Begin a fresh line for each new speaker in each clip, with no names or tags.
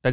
大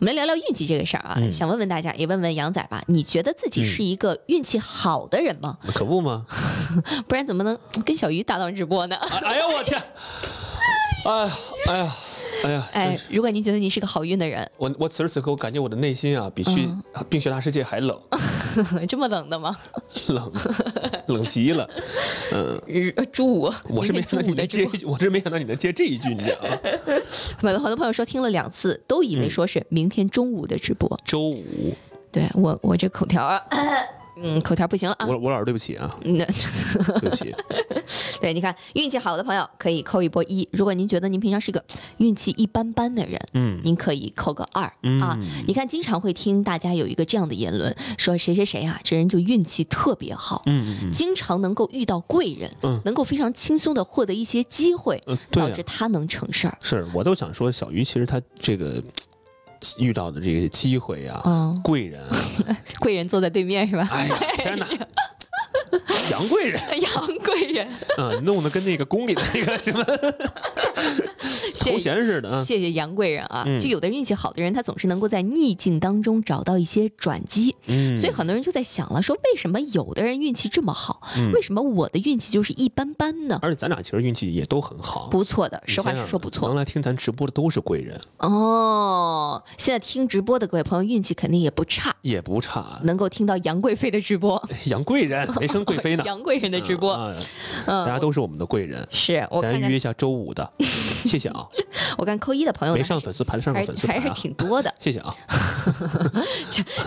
我们来聊聊运气这个事儿啊，
嗯
想问问大家，也问问杨仔吧，你觉得自己是一个运气好的人吗？
可不吗？
不然怎么能跟小鱼搭档直播 呢？
哎哎呀，我天！哎呀，哎呀，哎呀！真
哎
是，
如果您觉得您是个好运的人，
我我此时此刻，我感觉我的内心啊，比去
嗯
冰雪大世界还冷，
这么冷的吗？
冷，冷极了。嗯，
呃猪五，
我是没
明
想
天
到
猪
你
五
能
的猪
接，。我是没想到你能接这一句，你知道 吗？
很多很多朋友说听了两次，都以为
嗯
说是明天中午的直播。
周五，
对我，我这口条啊， 嗯，口条不行了啊。
我我老师对不起啊，
那
对不 起。
对，你看运气好的朋友可以扣一波一，如果您觉得您平常是个运气一般般的人，
嗯
您可以扣个二、啊。
嗯，
你看，经常会听大家有一个这样的言论，说谁谁谁啊，这人就运气特别好，
嗯嗯
经常能够遇到贵人，
嗯
能够非常轻松的获得一些机会，
嗯，对
导
啊
致，他能成事儿。
是我都想说，小鱼其实他这个遇到的这个机会啊，
嗯，
贵人 啊，
贵人坐在对面是吧？
哎呀，天哪！杨贵人
杨贵人，
啊，弄得跟那个宫里的那个什么 头衔似的啊。
谢谢杨贵人啊！
嗯
就有的人运气好的人，他总是能够在逆境当中找到一些转机，
嗯，
所以很多人就在想了，说为什么有的人运气这么好，
嗯
为什么我的运气就是一般般呢？
而且咱俩其实运气也都很好。
不错的，
哦你
实话
想嗯
实
想
说不错
能来听咱直播的都是贵人，
哦。现在听直播的各位朋友运气肯定也不差，
也不差。
能够听到杨贵妃的直播，
杨贵人 没生贵妃呢，
杨贵人的直播，
啊，
嗯，
大家都是我们的贵人。
是我
咱
看
约
看
一下周五 的，谢谢啊！
我看扣一的朋友呢
没上粉丝牌的上
嗯还
个
是
粉丝牌
还是
啊，
挺多的，
谢谢啊！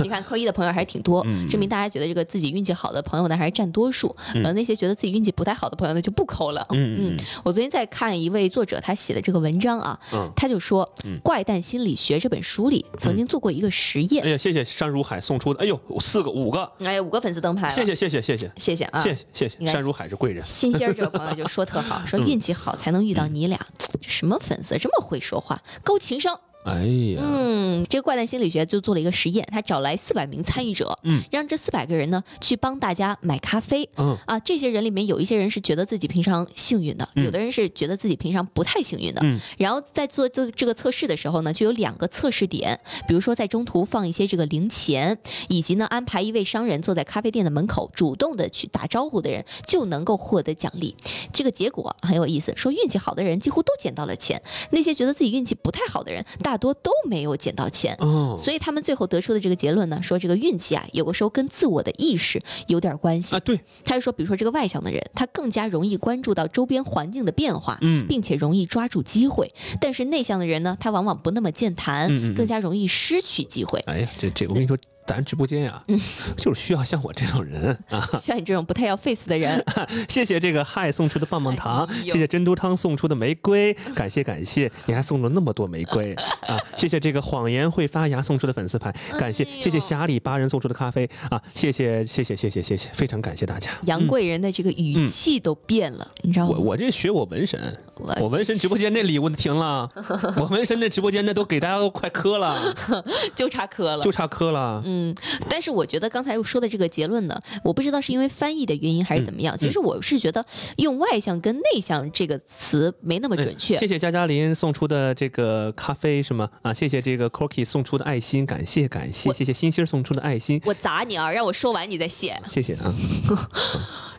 你看扣一的朋友还是挺多，
嗯
证明大家觉得这个自己运气好的朋友呢还是占多数，
嗯
呃，那些觉得自己运气不太好的朋友呢就不扣了。
嗯嗯
我昨天在看一位作者他写的这个文章啊，
嗯，
他就说
嗯
《怪诞心理学》这本书里曾经做过一个实
哎
验，
呀，谢谢山如海送出的，哎呦，四个五个，
哎呀，五个粉丝灯牌了，
谢谢谢谢谢谢
谢谢啊。
谢谢谢谢，
应该
山如海是贵人，
欣欣儿这位朋友就说特 好，说
嗯
运气好才能遇到你俩，这什么粉丝这么会说话，高情商。
哎呀，
嗯，这个怪诞心理学就做了一个实验，他找来四百名参与者，
嗯，
让这四百个人呢去帮大家买咖啡。
嗯
啊，这些人里面有一些人是觉得自己平常幸运的，
嗯
有的人是觉得自己平常不太幸运的。
嗯
然后在做这这个测试的时候呢，就有两个测试点，比如说在中途放一些这个零钱，以及呢安排一位商人坐在咖啡店的门口，主动的去打招呼的人就能够获得奖励。这个结果很有意思，说运气好的人几乎都捡到了钱，那些觉得自己运气不太好的人大多都没有捡到钱。
哦，
所以他们最后得出的这个结论呢，说这个运气啊，有的时候跟自我的意识有点关系
啊。对，
他是说，比如说这个外向的人，他更加容易关注到周边环境的变化，
嗯
并且容易抓住机会；但是内向的人呢，他往往不那么健谈，
嗯嗯嗯
更加容易失去 机会。
哎呀，这这我跟你说，咱直播间呀，
嗯
就是需要像我这种人啊！
像你这种不太要 face 的人，
谢谢这个嗨送出的棒棒糖，
哎呦
谢谢珍珠汤送出的玫瑰，感谢感 谢，你还送了那么多玫瑰啊！谢谢这个谎言会发芽送出的粉丝牌，感谢
哎呦
谢谢侠里巴人送出的咖啡啊！谢谢谢谢谢谢谢谢，非常感谢大家。
杨贵人的这个语气都变了，你知道
嗯我
吗？
我这学我纹身，
我
我纹身直播间那礼物停 了，我纹身那直播间那都给大家都快磕了，
就差磕了
就。差磕了。
嗯，但是我觉得刚才我说的这个结论呢，我不知道是因为翻译的原因还
嗯
是怎么样。其实我是觉得用外向跟内向这个词没那么准确。
哎谢谢佳佳林送出的这个咖啡是吗？啊，谢谢这个 Corky 送出的爱心，感谢感谢，
我
谢谢星星送出的爱心，
我砸你啊！让我说完你再谢。
谢谢啊。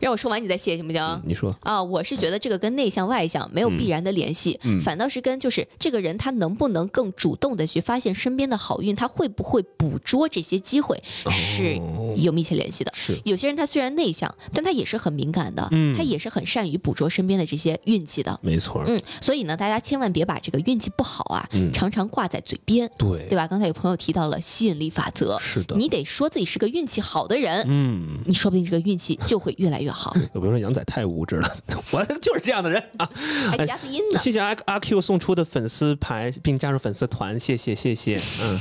让我说完你再谢行不行？
你说，
啊，我是觉得这个跟内向外向没有必然的联系，
嗯嗯
反倒是跟就是这个人他能不能更主动的去发现身边的好运，他会不会捕捉这些机会是
哦
有密切联系的。
是
有些人他虽然内向，但他也是很敏感的，
嗯
他也是很善于捕捉身边的这些运气的。
没错儿，
嗯，所以呢，大家千万别把这个运气不好啊，
嗯
常常挂在嘴边，
对
对吧？刚才有朋友提到了吸引力法则，
是的，
你得说自己是个运气好的人，
嗯，
你说不定这个运气就会越来 越好。
有朋友说杨仔太无知了， 我就是这样的人嗯啊。
还加个哎音 呢，
谢谢阿阿 Q 送出的粉丝牌，并加入粉丝团，谢谢谢谢，嗯，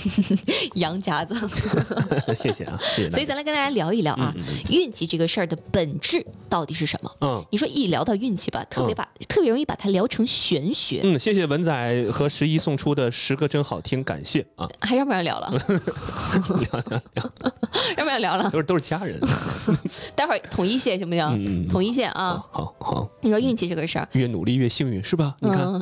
羊夹子。
谢谢啊，谢谢大
所以
家。
咱来跟大家聊一聊啊，运气这个事儿的本质到底是什么？
嗯
你说一聊到运气吧，特别
嗯
把、特别容易把它聊成玄 学，
嗯，谢谢文仔和十一送出的十个真好听，感谢啊，
还让不让 聊了？ 让不让聊了？
都是都是家人，
待会儿统一谢行不行？
嗯嗯嗯
统一谢啊！
好好，
你说运气这个事儿，
越努力越幸运是吧？你看，
嗯，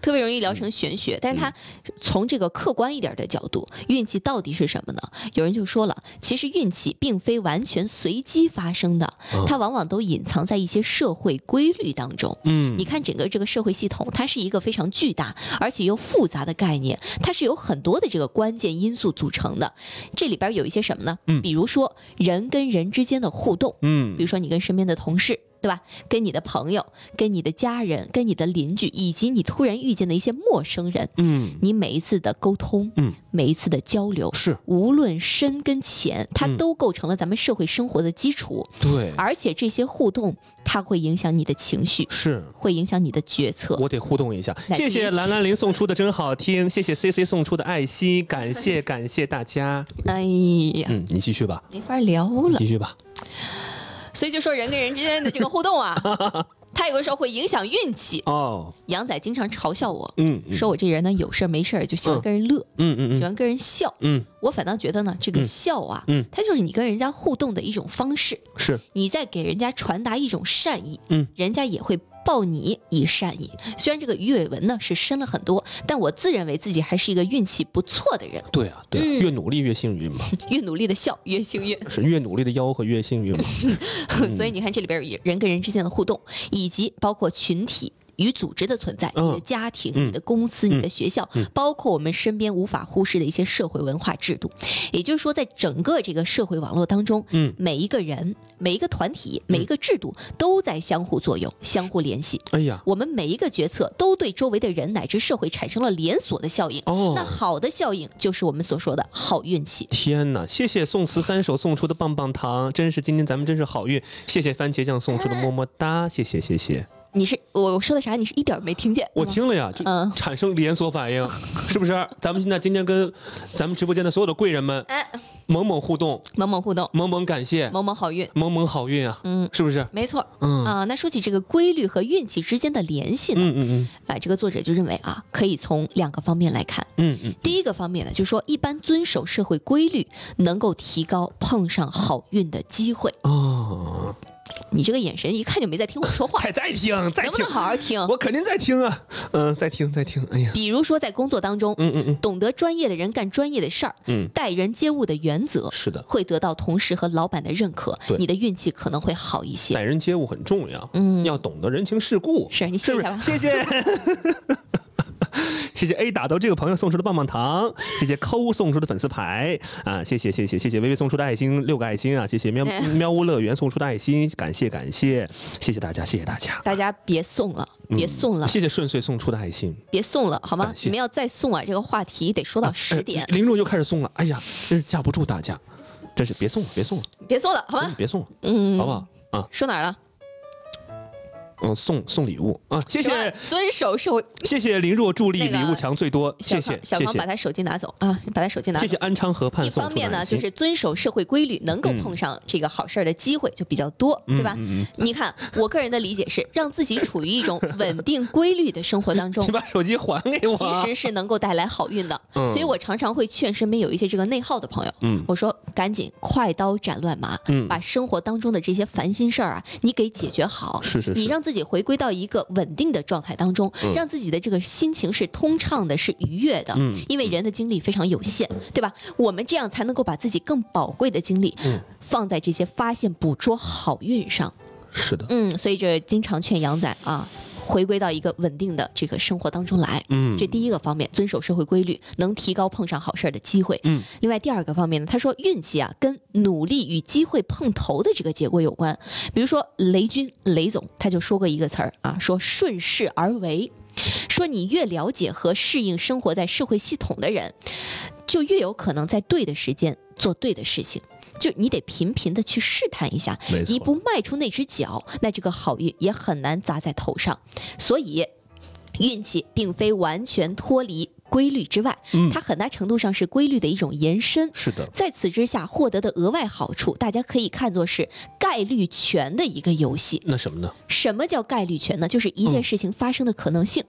特别容易聊成玄学，但是它从这个客观一点的角度，运气到底是什么呢？有人就说了，其实运气并非完全随机发生的，它往往都隐藏在一些社会规律当中。
嗯
你看整个这个社会系统，它是一个非常巨大而且又复杂的概念，它是由很多的这个关键因素组成的。这里边有一些什么呢？
嗯
比如说人跟人之间的互动，
嗯
比如说你跟身边的同事。对吧？跟你的朋友、跟你的家人、跟你的邻居，以及你突然遇见的一些陌生人，
嗯，
你每一次的沟通，
嗯，
每一次的交流，
是
无论深跟浅，它
嗯
都构成了咱们社会生活的基础。
对，
而且这些互动，它会影响你的情绪，
是。
会影响你的决策。
我得互动一下，
来
谢
第一
谢
期
兰兰林送出的真好听，谢谢 C C 送出的爱心，感 谢感谢大家。
哎呀，
嗯，你继续吧，
没法聊
你
了。
继续吧。
所以就说人跟人之间的这个互 动啊，它有的时候会影响运气。
哦，
杨仔经常嘲笑我，
嗯，嗯
说我这人呢有事儿没事儿就喜欢跟人乐，
嗯嗯
喜
嗯
欢跟人笑。
嗯，
我反倒觉得呢，这个笑啊，
嗯
它就是你跟人家互动的一种方式，
是，
你在给人家传达一种善意，
嗯，
人家也会。报你以善意，虽然这个鱼尾纹呢是深了很多，但我自认为自己还是一个运气不错的人，
对啊，对啊，
嗯
越努力越幸运 嘛，
越努力的笑越幸运。
是越努力的吆喝越幸 运嘛。嗯
所以你看，这里边有人跟人之间的互动，以及包括群体。与组织的存在，
嗯
你的家庭、
嗯
你的公司、你的学校，包括我们身边无法忽视的一些社会文化制度，也就是说，在整个这个社会网络当中，
嗯
每一个人、每一个团体、每一个制度都在相互作用、相互联系。
哎呀，
我们每一个决策都对周围的人乃至社会产生了连锁的效应。
哦
那好的效应就是我们所说的好运气。
天哪！谢谢宋慈三首送出的棒棒糖，真是今天咱们真是好运。谢谢番茄酱送出的么么哒，谢谢谢谢。
你是我我说的啥？你是一点儿没听见？
我听了呀，就
嗯
产生连锁反 应，是不是？咱们现在今天跟咱们直播间的所有的贵人们
哎，
猛猛互动，
萌萌互动。
猛猛感谢，
某某好运。
猛猛好运啊，
嗯，
是不是？
没错。
嗯
啊、那说起这个规律和运气之间的联系呢，
嗯嗯
啊、这个作者就认为啊，可以从两个方面来看。
嗯嗯
第一个方面呢，就说一般遵守社会规律，能够提高碰上好运的机会。
嗯，哦，
你这个眼神一看就没在听我说 话，
快再听再
能不
听
能，好好听？
哎我肯定在听啊，嗯，再听再听，哎呀，
比如说在工作当中，
嗯嗯嗯
懂得专业的人干专业的事儿，
嗯，
待人接物的原则，
是的，
会得到同事和老板的认可
对，
你的运气可能会好一些。
待人接物很重要，
嗯
要懂得人情世故，
是你
是
谢一
不
啊下吧
是？。谢谢。谢谢 A 打头这个朋友送出的棒棒糖，谢谢抠送出的粉丝牌啊，谢谢谢谢谢谢微微送出的爱心六个爱心啊，谢 谢喵喵屋乐园送出的爱心，感谢感谢，谢谢大家谢谢大家，
大家别送 了，别送了，
嗯谢谢顺遂送出的爱心，
别送了，好吗
感？谢
你们要再送啊，这个话题得说到十点，
哎林若又开始送了，哎呀，真是架不住大家，真是别送了别送了，
别送了，好
真
吗
的？别送了，
嗯，
好不？好？啊，
说哪儿了？
嗯，送送礼物啊，谢
什么
谢
遵守社会。
谢谢林若助力
那个
礼物墙最多，
小
谢
康
谢
小
谢
康把
谢
他手机拿走啊，把他手机拿走。
谢谢安昌河畔
一
送
方
出的
面呢，
爱
就
心。嗯
是遵守社会规律，能够碰上这个好事儿的机会就比较多，对吧？你看，我个人的理解是，让自己处于一种稳定规律的生活当 中
嗯你。把手机还给我啊。
其实是能够带来好运的，
嗯
所以我常常会劝身边有一些这个内耗的朋友，
嗯
我说赶紧快刀斩乱麻，
嗯
把生活当中的这些烦心事儿啊，你给解决好，
是是是
你让自自己回归到一个稳定的状态当中，
嗯
让自己的这个心情是通畅的，是愉悦的。
嗯
因为人的精力非常有限，对吧？我们这样才能够把自己更宝贵的精力
嗯
放在这些发现、捕捉好运上。
是的，
嗯，所以这经常劝杨仔啊，回归到一个稳定的这个生活当中来。
嗯，
这第一个方面，遵守社会规律，能提高碰上好事儿的机会。
嗯，
另外第二个方面呢，他说运气啊跟努力与机会碰头的这个结果有关。比如说雷军雷总他就说过一个词儿啊，说顺势而为，说你越了解和适应生活在社会系统的人，就越有可能在对的时间做对的事情。就你得频频的去试探一下，
没
你
错，
不迈出那只脚，那这个好运也很难砸在头上。所以，运气并非完全脱离规律之外，
嗯
它很大程度上是规律的一种延伸。
是的，
在此之下获得的额外好处，大家可以看作是概率权的一个游戏。
那什么呢？
什么叫概率权呢？就是一件
嗯
事情发生的可能性。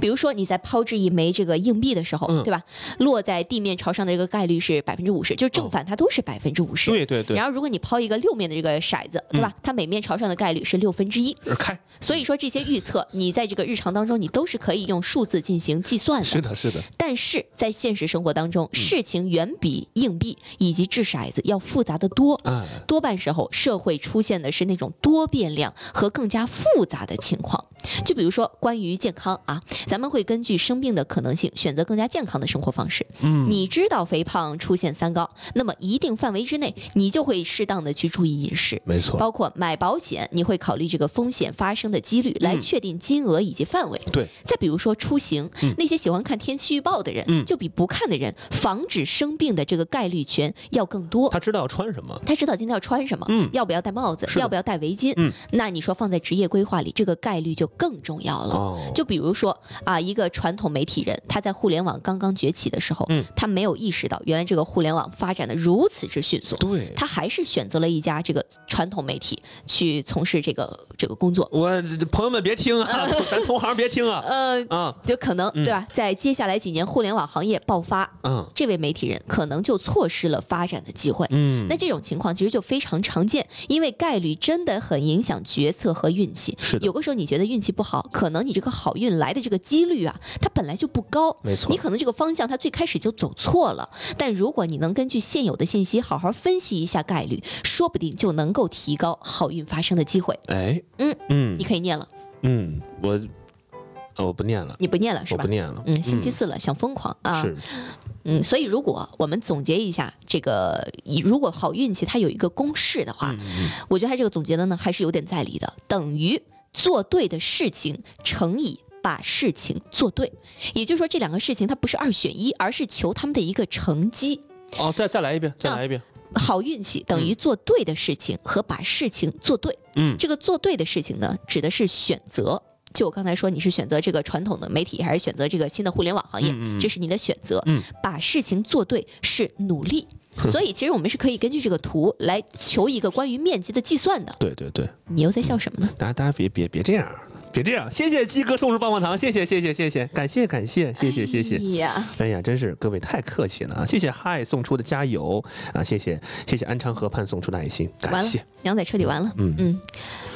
比如说你在抛掷一枚这个硬币的时候，
嗯
对吧？落在地面朝上的这个概率是百分之五十，就是正
哦
反它都是百分之五十。
对对对
然，后，如果你抛一个六面的这个骰子，对吧？它每面朝上的概率是六分之一。
开，
所以说，这些预测你在这个日常当中，你都是可以用数字进行计 算
是
的。
的，是的，
但是在现实生活当中，事情远比硬币以及掷骰子要复杂的多。
哎，
多半时候，社会出现的是那种多变量和更加复杂的情况。就比如说，关于健康啊，咱们会根据生病的可能性，选择更加健康的生活方式。
嗯，
你知道肥胖出现三高，那么一定范围之内，你就会适当的去注意饮食。
没错，
包括买保险，你会考虑这个风险发生的几率来确定金额以及范围。
嗯对，
再比如说出行，
嗯
那些喜欢看天气预报的人，
嗯
就比不看的人防止生病的这个概率权要更多。
他知道要穿什么，
他知道今天要穿什么，
嗯
要不要戴帽子
是，的
要不要戴围巾。
嗯
那你说放在职业规划里，这个概率就更重要了。
哦，
就比如说啊，一个传统媒体人，他在互联网刚刚崛起的时候，
嗯
他没有意识到原来这个互联网发展的如此之迅速，
对，
他还是选择了一家这个传统媒体去从事这个这个工作。
我这朋友们别听啊， 咱同行别听啊，
呃，
啊，
就可能
嗯
对吧？在接下来几年互联网行业爆发，
嗯
这位媒体人可能就错失了发展的机会。
嗯，
那这种情况其实就非常常见，因为概率真的很影响决策和运气。
是的
有，的时候你觉得运气不好，可能你这个好运来的这个几率啊，它本来就不高。
没错
你，可能这个方向它最开始就走错了，但如果你能根据现有的信息好好分析一下概率，说不定就能够提高好运发生的机会。
哎，
嗯
嗯
你可以念了，
嗯，我啊我不念了，
你不念了是
我
吧
不？念了，
嗯，星期四了，想疯狂啊！
是，
嗯，所以如果我们总结一下这个，以如果好运气它有一个公式的话，
嗯嗯
我觉得他这个总结的呢还是有点在理的，等于做对的事情乘以。把事情做对，也就是说这两个事情它不是二选一，而是求他们的一个成绩。
哦，再再来一遍，
嗯
再来一遍，
好运气等于做对的事情和把事情做对。
嗯
这个做对的事情呢，指的是选择。就我刚才说，你是选择这个传统的媒体，还是选择这个新的互联网行
嗯
业，
嗯嗯
这是你的选择。
嗯
把事情做对是努力，所以其实我们是可以根据这个图来求一个关于面积的计算的。
对对对，
你又在笑什么呢？
大家大家别别别这样，别这样，谢谢鸡哥送出棒棒糖，谢谢谢谢谢谢，感谢感谢谢谢谢谢。
哎呀，
哎呀，真是各位太客气了啊！谢谢嗨送出的加油啊，谢谢谢谢安昌河畔送出的爱心，感
完了
谢，
杨仔彻底完了。
嗯
嗯，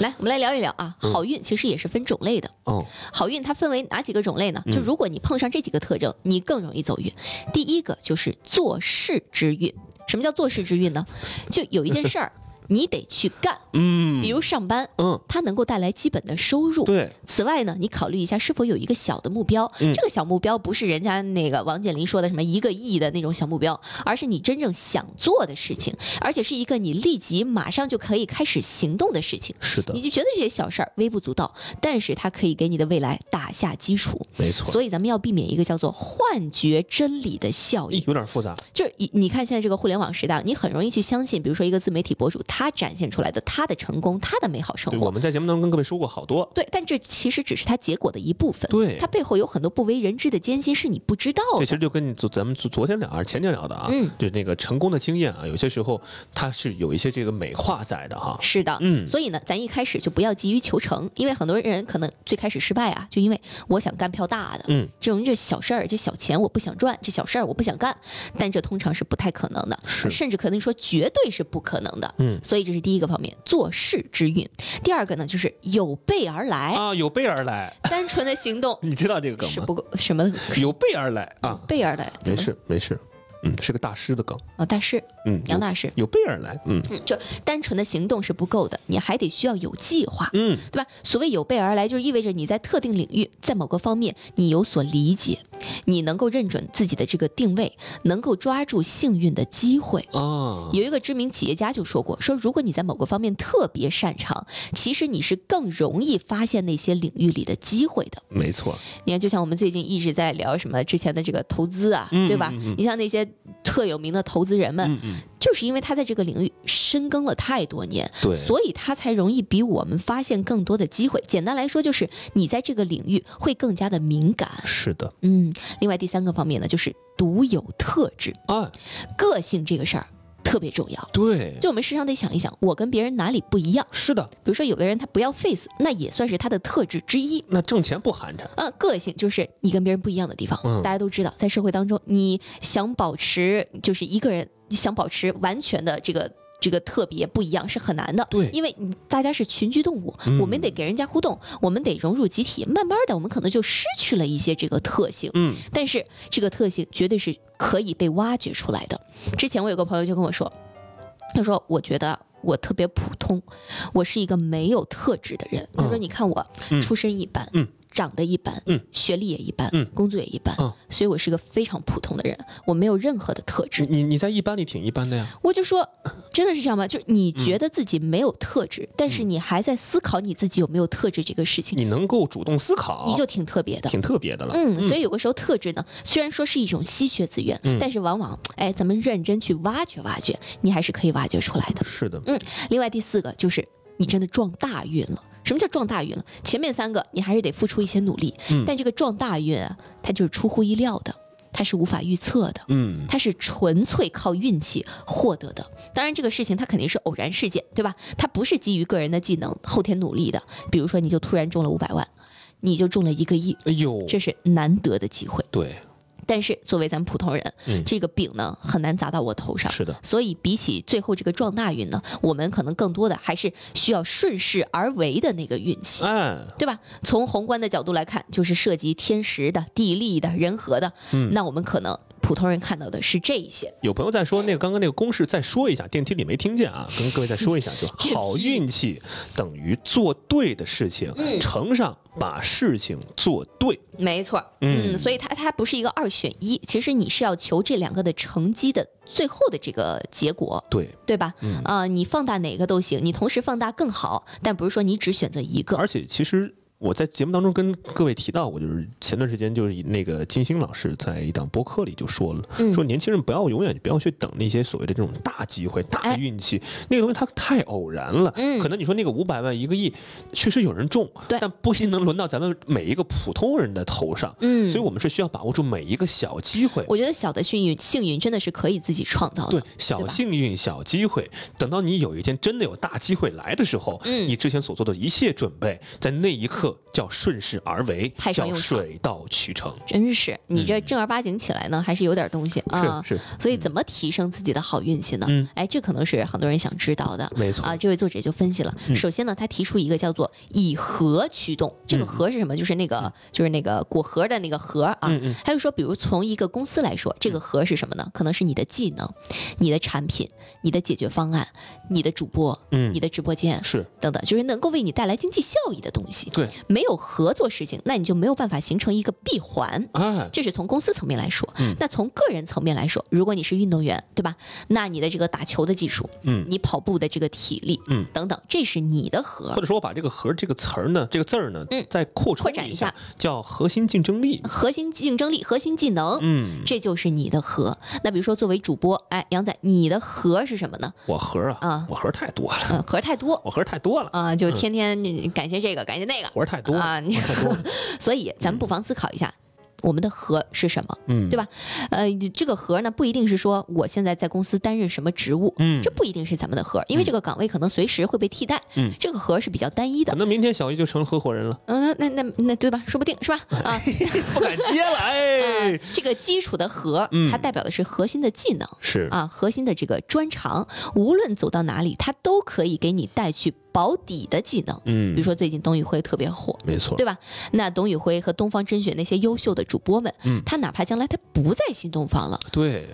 来，我们来聊一聊啊，
嗯
好运其实也是分种类的。
哦，
好运它分为哪几个种类呢？
嗯
就如果你碰上这几个特征，你更容易走运。第一个就是做事之运。什么叫做事之运呢？就有一件 事儿你得去干，
嗯
比如上班。
嗯，
它能够带来基本的收入。
对，
此外呢，你考虑一下是否有一个小的目标。
嗯
这个小目标不是人家那个王健林说的什么一个亿的那种小目标，而是你真正想做的事情，而且是一个你立即马上就可以开始行动的事情。
是的
你，就觉得这些小事儿微不足道，但是它可以给你的未来打下基础。
没错，
所以咱们要避免一个叫做幻觉真理的效应
哎咦，有点复杂，
就是你你看现在这个互联网时代，你很容易去相信，比如说一个自媒体博主他展现出来的他的成功、他的美好生
对，
活
我，们在节目当中跟各位说过好多，
对，但这其实只是它结果的一部分。
对
它背后有很多不为人知的艰辛是你不知道
这
的。
其实就跟你昨咱们昨昨天聊啊，前天聊的啊，
嗯
对那个成功的经验啊，有些时候它是有一些这个美化在的哈，
是的，
嗯
所以呢，咱一开始就不要急于求成，因为很多人可能最开始失败啊，就因为我想干票大的，
嗯，
这种这小事儿，这小钱我不想赚，这小事儿我不想干，但这通常是不太可能的，
是
甚至可能说绝对是不可能的。
嗯
所以这是第一个方面，做事之运。第二个呢，就是有备而来，
啊，有备而来，
单纯的行动
你知道这个梗
是
吗？
不够什么
有备而来啊，
备而来，
没事没事，嗯，是个大师的梗，
啊、哦，大师
嗯，有
杨大师，
有备而来，嗯
嗯，就单纯的行动是不够的，你还得需要有计划。
嗯
对吧？所谓有备而来，就是意味着你在特定领域，在某个方面你有所理解，你能够认准自己的这个定位，能够抓住幸运的机会。
啊，
嗯有一个知名企业家就说过，说如果你在某个方面特别擅长，其实你是更容易发现那些领域里的机会的。
没错，
你看，就像我们最近一直在聊什么之前的这个投资啊，
嗯
对吧？
嗯嗯
你像那些特有名的投资人们，
嗯嗯，
就是因为他在这个领域深耕了太多年，
对，
所以它才容易比我们发现更多的机会。简单来说，就是你在这个领域会更加的敏感。
是的，
嗯，另外第三个方面呢，就是独有特质，
啊，
个性这个事儿特别重要。
对，
就我们时常得想一想，我跟别人哪里不一样？
是的，
比如说，有的人他不要 face，那也算是他的特质之一。
那挣钱不寒碜，
啊，个性就是你跟别人不一样的地方。
嗯
大家都知道，在社会当中，你想保持就是一个人想保持完全的这个。这个特别不一样是很难的，
对嗯
因为你大家是群居动物，我们得给人家互动，我们得融入集体，慢慢的我们可能就失去了一些这个特性，
嗯
但是这个特性绝对是可以被挖掘出来的。之前我有个朋友就跟我说，他说我觉得我特别普通，我是一个没有特质的人。他说
嗯
你看我、
嗯
出身一般，
嗯
长得一般，
嗯
学历也一般，
嗯
工作也一般，
啊，
所以我是个非常普通的人，我没有任何的特质。
你你在一般里挺一般的呀，
我就说， 真的是这样吗？就是你觉得自己没有特质，但是你还在思考你自己有没有特质这个事情，
你能够主动思考，
你就挺特别的。
挺特别的了，
嗯，所以有个时候特质呢，虽然说是一种稀缺资源，
嗯
但是往往，哎，咱们认真去挖掘挖掘，你还是可以挖掘出来的。
是的，
另外第四个就是你真的撞大运了。什么叫撞大运了？前面三个你还是得付出一些努力，
嗯
但这个撞大运啊，它就是出乎意料的，它是无法预测的。
嗯
它是纯粹靠运气获得的。当然，这个事情它肯定是偶然事件，对吧？它不是基于个人的技能、后天努力的。比如说，你就突然中了五百万，你就中了一个亿，
哎呦，
这是难得的机会。
对，
但是作为咱们普通人，
嗯
这个饼呢很难砸到我头上。
是的，
所以，比起最后这个撞大运呢，我们可能更多的还是需要顺势而为的那个运气，
哎，
对吧？从宏观的角度来看，就是涉及天时的、地利的、人和的。
嗯
那我们可能普通人看到的是这一些。
有朋友在说那个刚刚那个公式，再说一下，电梯里没听见啊，跟各位再说一下， 就
梯
好运气等于做对的事情，
嗯
乘上把事情做对，
没错儿，
嗯
嗯，所以它它不是一个二选一，其实你是要求这两个的成绩的最后的这个结果，
对，
对吧？
嗯
啊、你放大哪个都行，你同时放大更好，但不是说你只选择一个。
而且其实。我在节目当中跟各位提到过，就是前段时间就是那个金星老师在一档播客里就说了，
嗯
说年轻人不要永远不要去等那些所谓的这种大机会、大
哎
运气，那个东西它太偶然了。
嗯
可能你说那个五百万、一个亿，确实有人中，
对
但不一定能轮到咱们每一个普通人的头上。
嗯，
所以我们是需要把握住每一个小机会。
我觉得小的幸运幸运真的是可以自己创造
对
的。
小
吧
幸运、小机会，等到你有一天真的有大机会来的时候，
嗯
你之前所做的一切准备，在那一刻叫顺势而为，
派上
叫
用场
水到渠成。
真是你这
嗯
正儿八经起来呢，还是有点东西啊。
是是，
所以怎么提升自己的好运气呢？
嗯
哎，这可能是很多人想知道的。
没错
啊，这位作者就分析了，
嗯
首先呢，他提出一个叫做以核驱动，这
嗯
个核是什么？就是那个就是那个果核的那个核啊。
嗯嗯
他就说，比如从一个公司来说，这个核是什么呢？可能是你的技能、你的产品、你的解决方案、你的主播、
嗯，
你的直播间
是
等等，就是能够为你带来经济效益的东西。
对，
没有合作事情，那你就没有办法形成一个闭环。
哎，
这是从公司层面来说，
嗯
那从个人层面来说，如果你是运动员，对吧？那你的这个打球的技术，
嗯
你跑步的这个体力，
嗯，
等等，这是你的
或
核
者说我把这个“核”这个词儿呢，这个字儿呢，
嗯
再扩充
扩展
一
一下，
叫核心竞争力。
核心竞争力、核心技能，
嗯，
这就是你的核。那比如说作为主播，哎，杨仔，你的核是什么呢？
我核啊，
啊
我核太多了，
嗯，核太多
我核太多了，
啊、就天天感谢这个，感谢那个
嗯活儿太多了
啊。你
活儿太多了。
所以咱们不妨思考一下。我们的核是什么，
嗯，
对吧？呃，这个核呢不一定是说我现在在公司担任什么职务，
嗯
这不一定是咱们的核，因为这个岗位可能随时会被替代，
嗯
这个核是比较单一
可
的。
能明天小姨就成合伙人 了，
嗯，那那那那对吧？说不定是吧？啊，
不敢接了，哎
呃，这个基础的核
嗯，
它代表的是核心的技能。
是，
啊，核心的这个专长，无论走到哪里，它都可以给你带去保底的技能。比
嗯
如，说最近董宇辉特别火，
没错，
对吧？那董宇辉和东方甄选那些优秀的主播们，
嗯
他哪怕将来他不在新东方了，
对，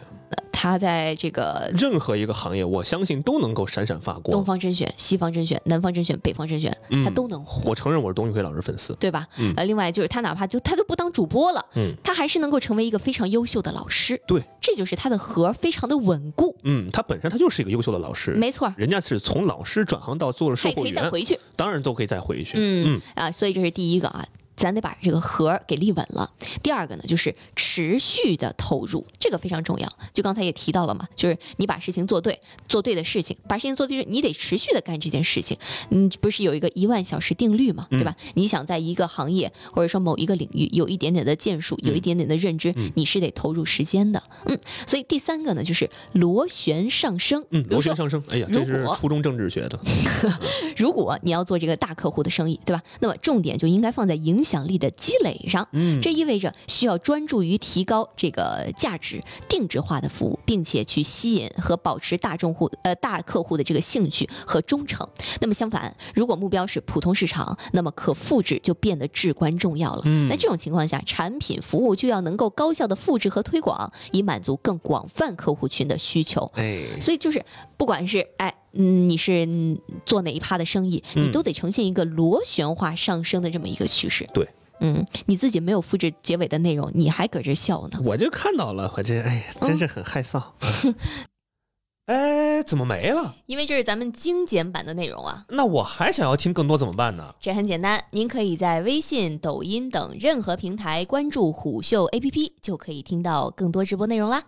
他在这个
任何一个行业，我相信都能够闪闪发
东
光。
方甄选、西方甄选、南方甄选、北方甄选，他
嗯
都能火，
我承认我是董宇辉老师粉丝，
对吧？
嗯
呃，另外就是他哪怕就他都不当主播了，
嗯
他还是能够成为一个非常优秀的老师。
对，
这就是他的核非常的稳固。
嗯，他本身他就是一个优秀的老师，
没错儿，
人家是从老师转行到做了售
他也
货
可以再
员，
回去。
当然都可以再回去。
嗯啊，所以这是第一个啊，咱得把这个核儿给立稳了。第二个呢，就是持续的投入，这个非常重要。就刚才也提到了嘛，就是你把事情做对，做对的事情，把事情做对，你得持续的干这件事情。嗯，不是有一个一万小时定律嘛，对吧？
嗯
你想在一个行业或者说某一个领域有一点点的建树，有
嗯
一点点的认知，你是得投入时间的。嗯，所以第三个呢，就是螺旋上升。
嗯，
比如
螺
说
旋上升，哎呀，这
如
是
果
初中政治 学的，
如果你要做这个大客户的生意，对吧？那么重点就应该放在影响力的积累上。
嗯，
这意味着需要专注于提高这个价值、定制化的服务，并且去吸引和保持大众户呃大客户的这个兴趣和忠诚。那么相反，如果目标是普通市场，那么可复制就变得至关重要了。
嗯
那这种情况下，产品服务就要能够高效的复制和推广，以满足更广泛客户群的需求。
哎，
所以就是，不管是哎，嗯，你是嗯做哪一趴的生意，
嗯
你都得呈现一个螺旋化上升的这么一个趋势。
对，
嗯，你自己没有复制结尾的内容，你还搁这笑呢。
我就看到了，我这哎，
嗯
真是很害臊。 哎，怎么没了？
因为这是咱们精简版的内容啊，
那我还想要听更多怎么办呢？
这很简单，您可以在微信、抖音等任何平台关注虎嗅 APP，就可以听到更多直播内容啦。